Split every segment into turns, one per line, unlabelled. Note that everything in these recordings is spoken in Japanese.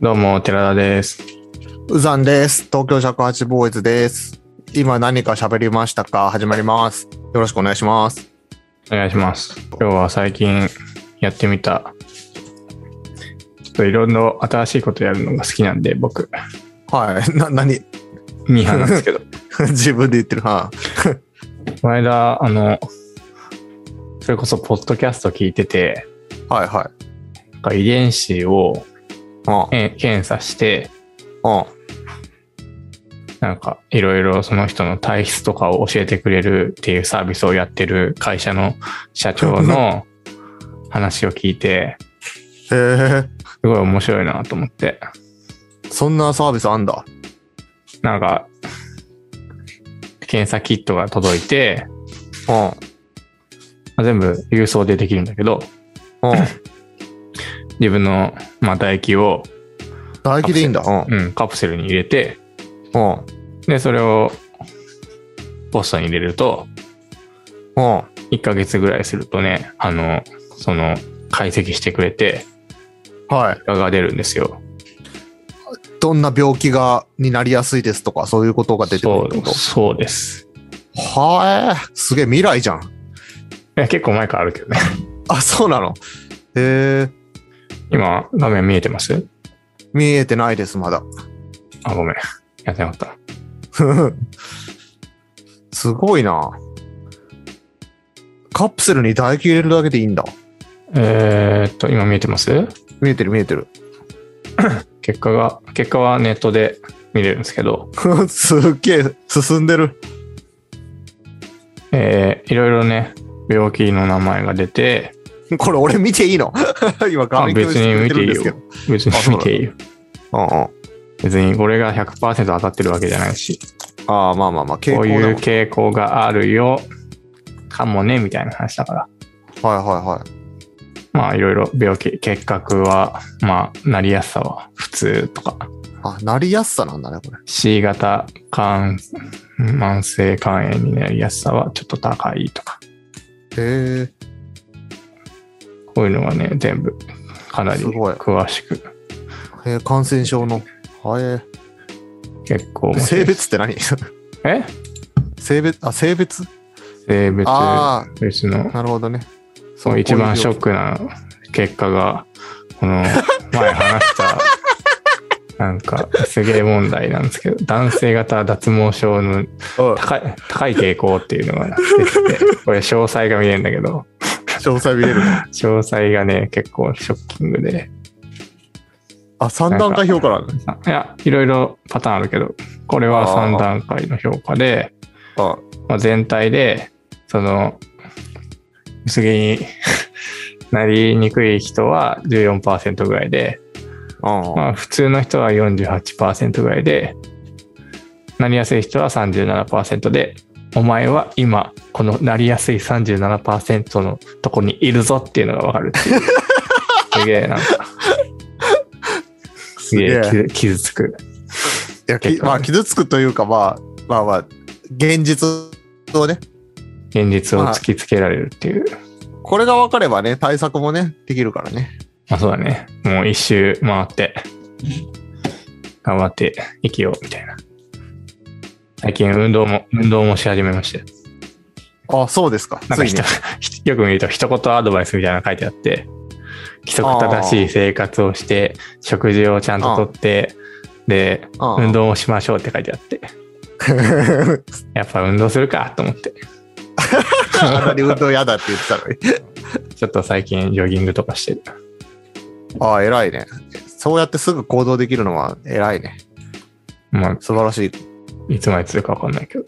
どうも、寺田です。
うざんです。東京尺八ボーイズです。今何か喋りましたか始まります。よろしくお願いします。
お願いします。今日は最近やってみた、ちょっといろんな新しいことやるのが好きなんで、僕、
はい。 な、何
ミーハーなんですけど、
自分で言ってる。は
この間、あの、それこそポッドキャスト聞いてて、
い、はい、はい。
なんか遺伝子を
うん
え検査して、
うん。
なんかいろいろその人の体質とかを教えてくれるっていうサービスをやってる会社の社長の話を聞いて、
へえ、
すごい面白いなと思って。
そんなサービスあんだ。
なんか、検査キットが届いて、
うん。
まあ全部郵送でできるんだけど、
うん。
自分の、まあ、唾液を、
唾液でいいんだ。うん。
うん、カプセルに入れて、
うん。
で、それをポストに入れると、
うん。
1ヶ月ぐらいするとね、あの、その、解析してくれて、
はい。
画が出るんですよ。
どんな病気が、になりやすいですとか、そういうことが出てくる
そ
ってこ
う、そうです。
と。はえ、すげえ未来じゃ
い
ん。
や結構前からあるけどね。
あ、そうなの。へえ、
今、画面見えてます
見えてないです、まだ。
あ、ごめん。やってなかった。
すごいな。カプセルに唾液入れるだけでいいんだ。
えーっと、今見えてます
見えてる見えてる。
結果が、結果はネットで見れるんですけど、
すっげえ進んでる。
えーいろいろね、病気の名前が出て、
これ俺見ていいの 今画面
あ別に見ていいよ
ど。
別に
あそう
見
なの
ていいよ。
うんうん、あ
別にこれが100%当たってるわけじゃないし、
あ、まあまあまあ、傾
こ
向
う
だもん
いう
はい
傾向があるよ、かもね、みたいな話だから。
は
まあ、いろいろ病気、結核は、まあ、なりやすさは普通とか、
いはい。あ、なりやすさなんだね、これ。
C 型肝、慢性肝炎になりやすさはちょっと高いとか、
へえ、
こういうのがね、全部、かなり
すごい
詳しく、
へえ感染症の。はえ
結構面白
性
いです。
別って何
え
性別、あ、性別
性別
あ
別の
あ、なるほどね。
その一番ショッ
ク。
クな結果が、この前話した、なんかすげえ問題なんですけど、男性型脱毛症の
うん
高い高い傾向っていうのが出てて、これ詳細が見えるんだけど、
詳細見れる。
詳細がね、結構ショッキングで、
あ、三段階評価なんだ。
あいや、いろいろパターンあるけど、これは
あー
3段階の評価で、
あ
まあ、全体で、その、薄毛に なりにくい人は14%ぐらいで、
あ、
まあ、普通の人は48%ぐらいで、なりやすい人は37%で、お前は今、このなりやすい37%のとこにいるぞっていうのがわ かるっていう。すげえ、なんか、すげえ
すげ
傷傷つく。
いや、き
結果ね
まあ、傷つくというか、まあ、まあまあ、現実をね、
現実を突きつけられるっていう。
これが分かればね、対策もね、できるからね。
まあそうだね。もう一周回って、頑張って生きようみたいな。最近運動も、運動もし始めまして。
あ、そうですか。
なん
つ
か
い
ひ
に
と。ひ よく見ると一言アドバイスみたいなの書いてあって、規則正しい生活をして、食事をちゃんととって、で、
ああ
運動をしましょうって書いてあって、やっぱ運動するかと思って。
あんなに運動嫌だって言ってたのに。
ちょっと最近ジョギングとかしてる。
ああ、偉いね。そうやってすぐ行動できるのは偉いね。
まあ、
素晴らしい。
いつまで続くかわかんないけど。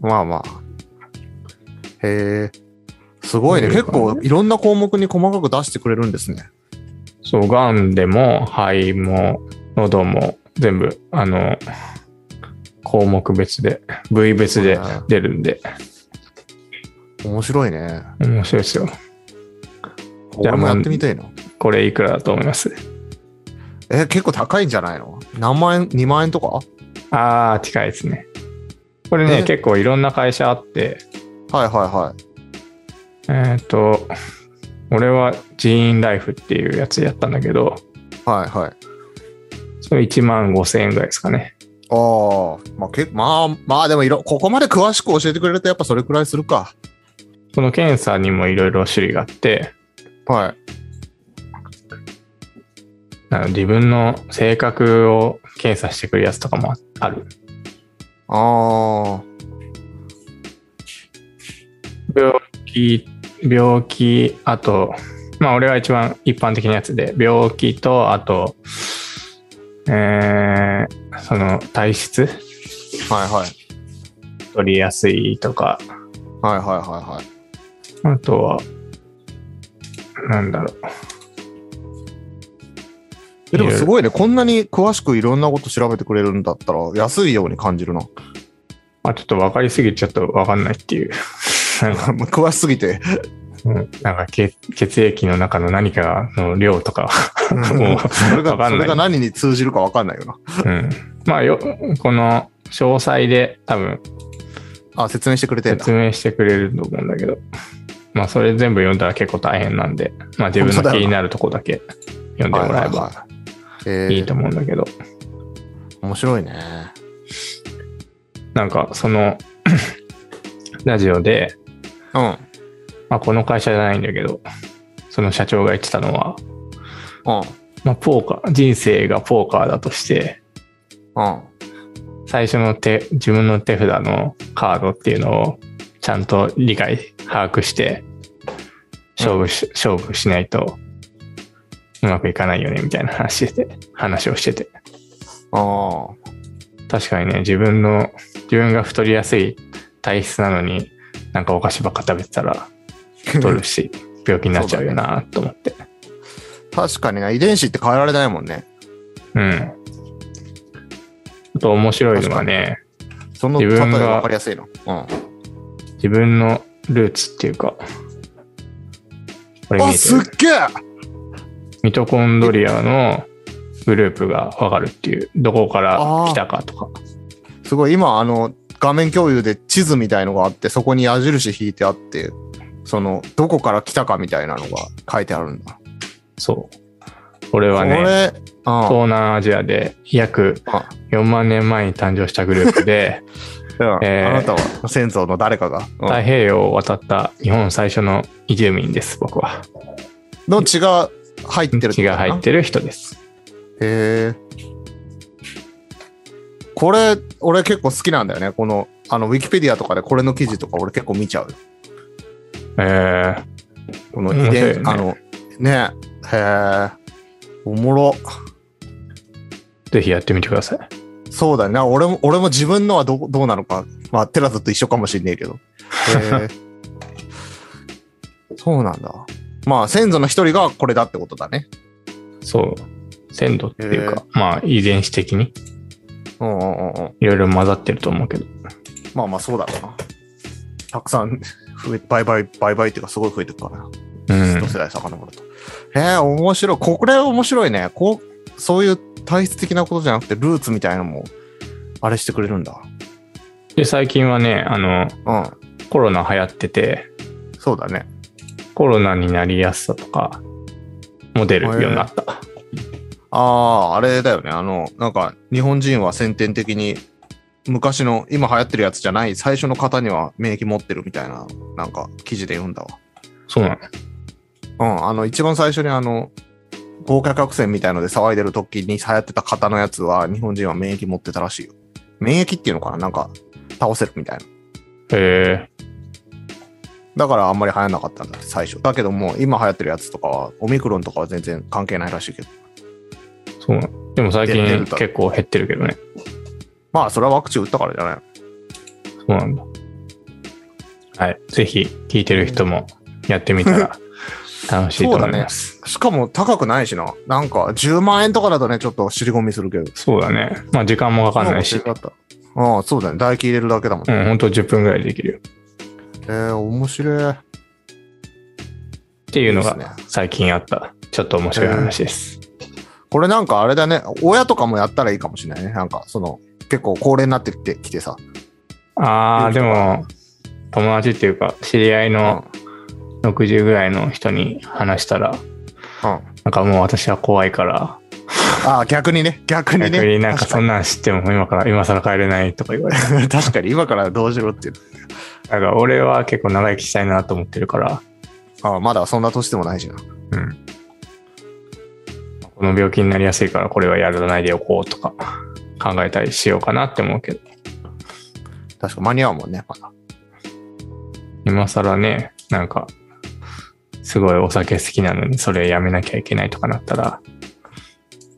まあまあ。へえ。すごいね。
そういうこ
結
とね
構いろんな項目に細かく出してくれるんですね。
そう、ガンでも、肺も、喉も、全部、あの、項目別で、部位別で
うん
出るんで、
面白いね。
面白いですよ。じゃあ
俺もやってみたいな。
これいくらだと思います
え、結構高いんじゃないの何万円、2万円とか
あー、近いですね。これね、
え
結構いろんな会社あって、
はいはいはい。
えっ、と、俺はジーンライフっていうやつやったんだけど、
はいはい。
それ1万5千円ぐらいですかね。
ああ、まあ、けまあ、まあ、でもいろ、ここまで詳しく教えてくれると、やっぱそれくらいするか。
この検査にもいろいろ種類があって、
はい。
あの自分の性格を検査してくるやつとかもある。
あ
病気、病気、あと、まあ俺は一番一般的なやつで、病気と、あと、えー、その体質
あ、はいはい。
取りやすいとか、
はいはいはいはい。
あとは、なんだろう。
えで
いろ
も
いろ
すごいね。こんなに詳しくいろんなこと調べてくれるんだったら、安いように感じるな。
まあちょっと分かりすぎてちょっと分かんないっていう。 なんか、
もう詳しすぎて。
うんなんか血血液の中の何かの量 とか、もう
そ
わ
れ
かん
が、
な
そ
い
れが何に通じるかわかんないよ
うん。まあよ、この詳細で多分
な。あ、説明してくれてんだ
説。明してくれると思うんだけど、まあそれ全部読んだら結構大変なんで、まあ自分
本当
の
だ
気
よな
になるとこだけ読んで
はい
も
は
らえ
い
ば
はい。えー
いいと思うんだけど、
面白いね。
なんかその ラジオで、
うん。うん。
まあこの会社じゃないんだけど、その社長が言ってたのは、まあポーカー、人生がポーカーだとして、
うん。
最初の手、自分の手札のカードっていうのをちゃんと理解、把握して、勝負し、勝負しないとうまくいかないよねみたいな話してて、話をしてて。
ああ。
確かにね、自分の、自分が太りやすい体質なのに、なんかお菓子ばっか食べてたら太るし、病気になっちゃうよなと思って。
確かにな。遺伝子って変えられないもんね。
うん。あと面白いのはね、
その例
自
え
分が
わかりやすいの。うん。
自分のルーツっていうか、これ見
あ、
えて
す
る
っげえ
ミトコンドリアのグループがわかるっていう、どこから来たかとか。
すごい、今、あの、画面共有で地図みたいのがあって、そこに矢印引いてあって、その、どこから来たかみたいなのが書いてあるんだ。
そう。これ
こ
はね、
れ、うん
東南アジアで約
あ
4万年前に誕生したグループで、
うん
えー
あなたは先祖の誰かが、 うん
太平洋を渡った日本最初の移住民です、僕は。
の血が入ってるって
血
こと
が
かな
入ってる人です。
へえ。これ、俺結構好きなんだよね。この、あの、ウィキペディアとかでこれの記事とか俺結構見ちゃうよ。
えー
この
面
遺
白いよね
伝、あの、ねえ。へえ。おもろ。
ぜひやってみてください。
そうだね。な俺も、俺も自分のはど、どうなのか。まあ、テラスと一緒かもしんねえけど。へえ。 そうなんだ。まあ、先祖の一人がこれだってことだね。
そう。鮮度っていうか、まあ遺伝子的に
うんうんうんうん。
いろいろ混ざってると思うけど。
まあまあ、そうだろうな。たくさん、増え、倍々、倍々っていうか、すごい増えてるからな。
うん
一。世代遡ると。えー、面白い。これ面白いね。こう、そういう体質的なことじゃなくて、ルーツみたいなのも、あれしてくれるんだ。
で、最近はね、あの、
うん。
コロナ流行ってて、
そうだね。
コロナになりやすさとかも出るようになった。
ああ、あれだよね。あの、なんか、日本人は先天的に、昔の、今流行ってるやつじゃない、最初の方には免疫持ってるみたいな、なんか、記事で読んだわ。
そうなの。
うん、あの、一番最初にあの、豪華客船みたいので騒いでる時に流行ってた方のやつは、日本人は免疫持ってたらしいよ。免疫っていうのかななんか、倒せるみたいな。
へ
だからあんまり流行んなかったんだって、最初。だけどもう、今流行ってるやつとかは、オミクロンとかは全然関係ないらしいけど。
えそうなの。でも最
デ
近
ルタ
結構減ってるけどね。
まあ、それはワクチン打ったからじゃない
そうなんだ。はい。ぜひ聞いてる人もやってみた ら楽しいと思います。
しかも高くないしな。なんか10万円とかだとね、ちょっと尻込みするけど。
そうだね。まあ時間もかかんないし。
あああ、そうだね。唾液入れるだけだもん
う
ね。
ん、ほんと10分ぐらいできるよ。
えー、面白い。
っていうの
いいで
が
すね
最近あった、ちょっと面白い話です。
これなんかあれだね。親とかもやったらいいかもしれないね。なんかその、結構高齢になってきてきてさ。
ああ、
いいで
です
ね
も、友達っていうか、知り合いの60ぐらいの人に話したら、
うん。
なんかもう私は怖いから、
ああ、逆にね。逆にね。
逆になんかそんなん知っても今から、今更帰れないとか言われる。
確かに確かに今からどうしろっていう。
なんか俺は結構長生きしたいなと思ってるから、
ああ、まだそんな年でもないしな。
うん。この病気になりやすいからこれはやらないでおこうとか考えたりしようかなって思うけど、
確か間に合うもんね、まだ。
今更ね、なんか、すごいお酒好きなのにそれやめなきゃいけないとかなったら、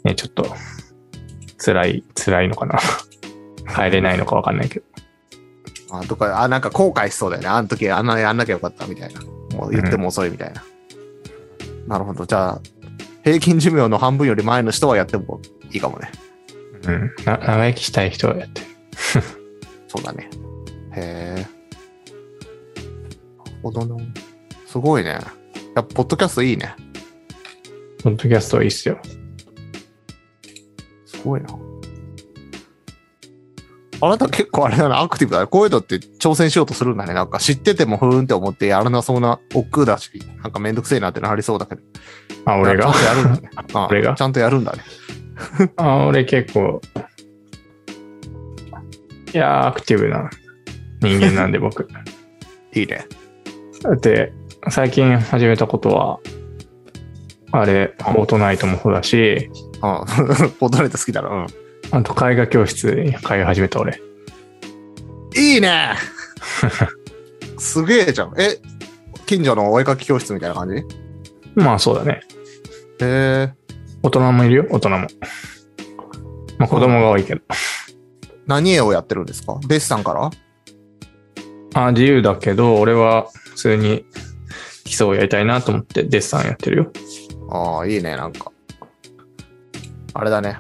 ね、ちょっと、辛い、辛いのかな。 帰れないのかわかんないけど。
あとか、あ、なんか後悔しそうだよね。あの時、あんなやんなきゃよかったみたいな。もう言っても遅いみたいな。なるほど。じゃあ、平均寿命の半分より前の人はやってもいいかもね。
うん。な長生きしたい人はやってる。
そうだね。へえ。なるほどね。すごいね。やっぱ、ポッドキャストいいね。
ポッドキャストはいいっすよ。
すごいな。あなた結構あれだな、アクティブだね。こういうのって挑戦しようとするんだね。なんか知っててもふーんって思ってやらなそうな億劫だし、なんかめんどくせえなってなりそうだけど。
あ、俺が
ちゃんとやるんだね。あ
俺が
ちゃんとやるんだね。
あ、俺結構、いやー、アクティブな人間なんで僕。だ
いいね。
って、最近始めたことは、あれ、フォートナイトもそうだし、
うん。 ポッドレット好きだろ。うん。
あと絵画教室通い始めた俺。
い いねすげえじゃん。え、近所のお絵描き教室みたいな感じへ
まあそうだね。
え。
大人もいるよ、大人も。まあ子供が多いけど。
何絵をやってるんですか弟子さんから
あ、自由だけど、俺は普通に基礎をやりたいなと思ってデッサンやってるよ。
ああ、いいね、なんか。あれだね。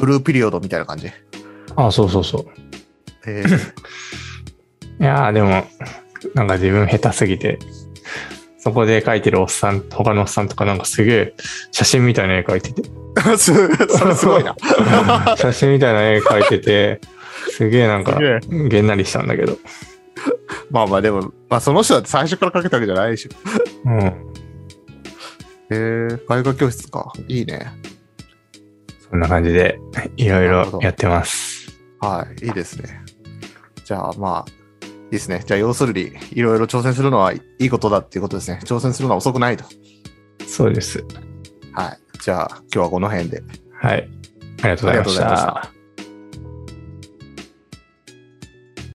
ブルーピリオドみたいな感じ。へ
あ、そうそうそう。
え。
いやーでも、なんか自分下手すぎて、そこで描いてるおっさん、他のおっさんとかなんかすげえ写真みたいな絵描いて て、
す、それすごいな。
写真みたいな絵描いてて、すげえなんか
すげ
げんなりしたんだけど。
まあまあでも、まあその人だって最初からかけたわけじゃないでしょ。
うん。
へえ絵画教室か。いいね。
そんな感じで、いろいろやってます。
はい、いいですね。じゃあまあ、いいですね。じゃあ要するに、いろいろ挑戦するのはいいことだっていうことですね。挑戦するのは遅くないと。
そうです。
はい。じゃあ今日はこの辺で。
はい。ありがとうございまし。
ありがとうございました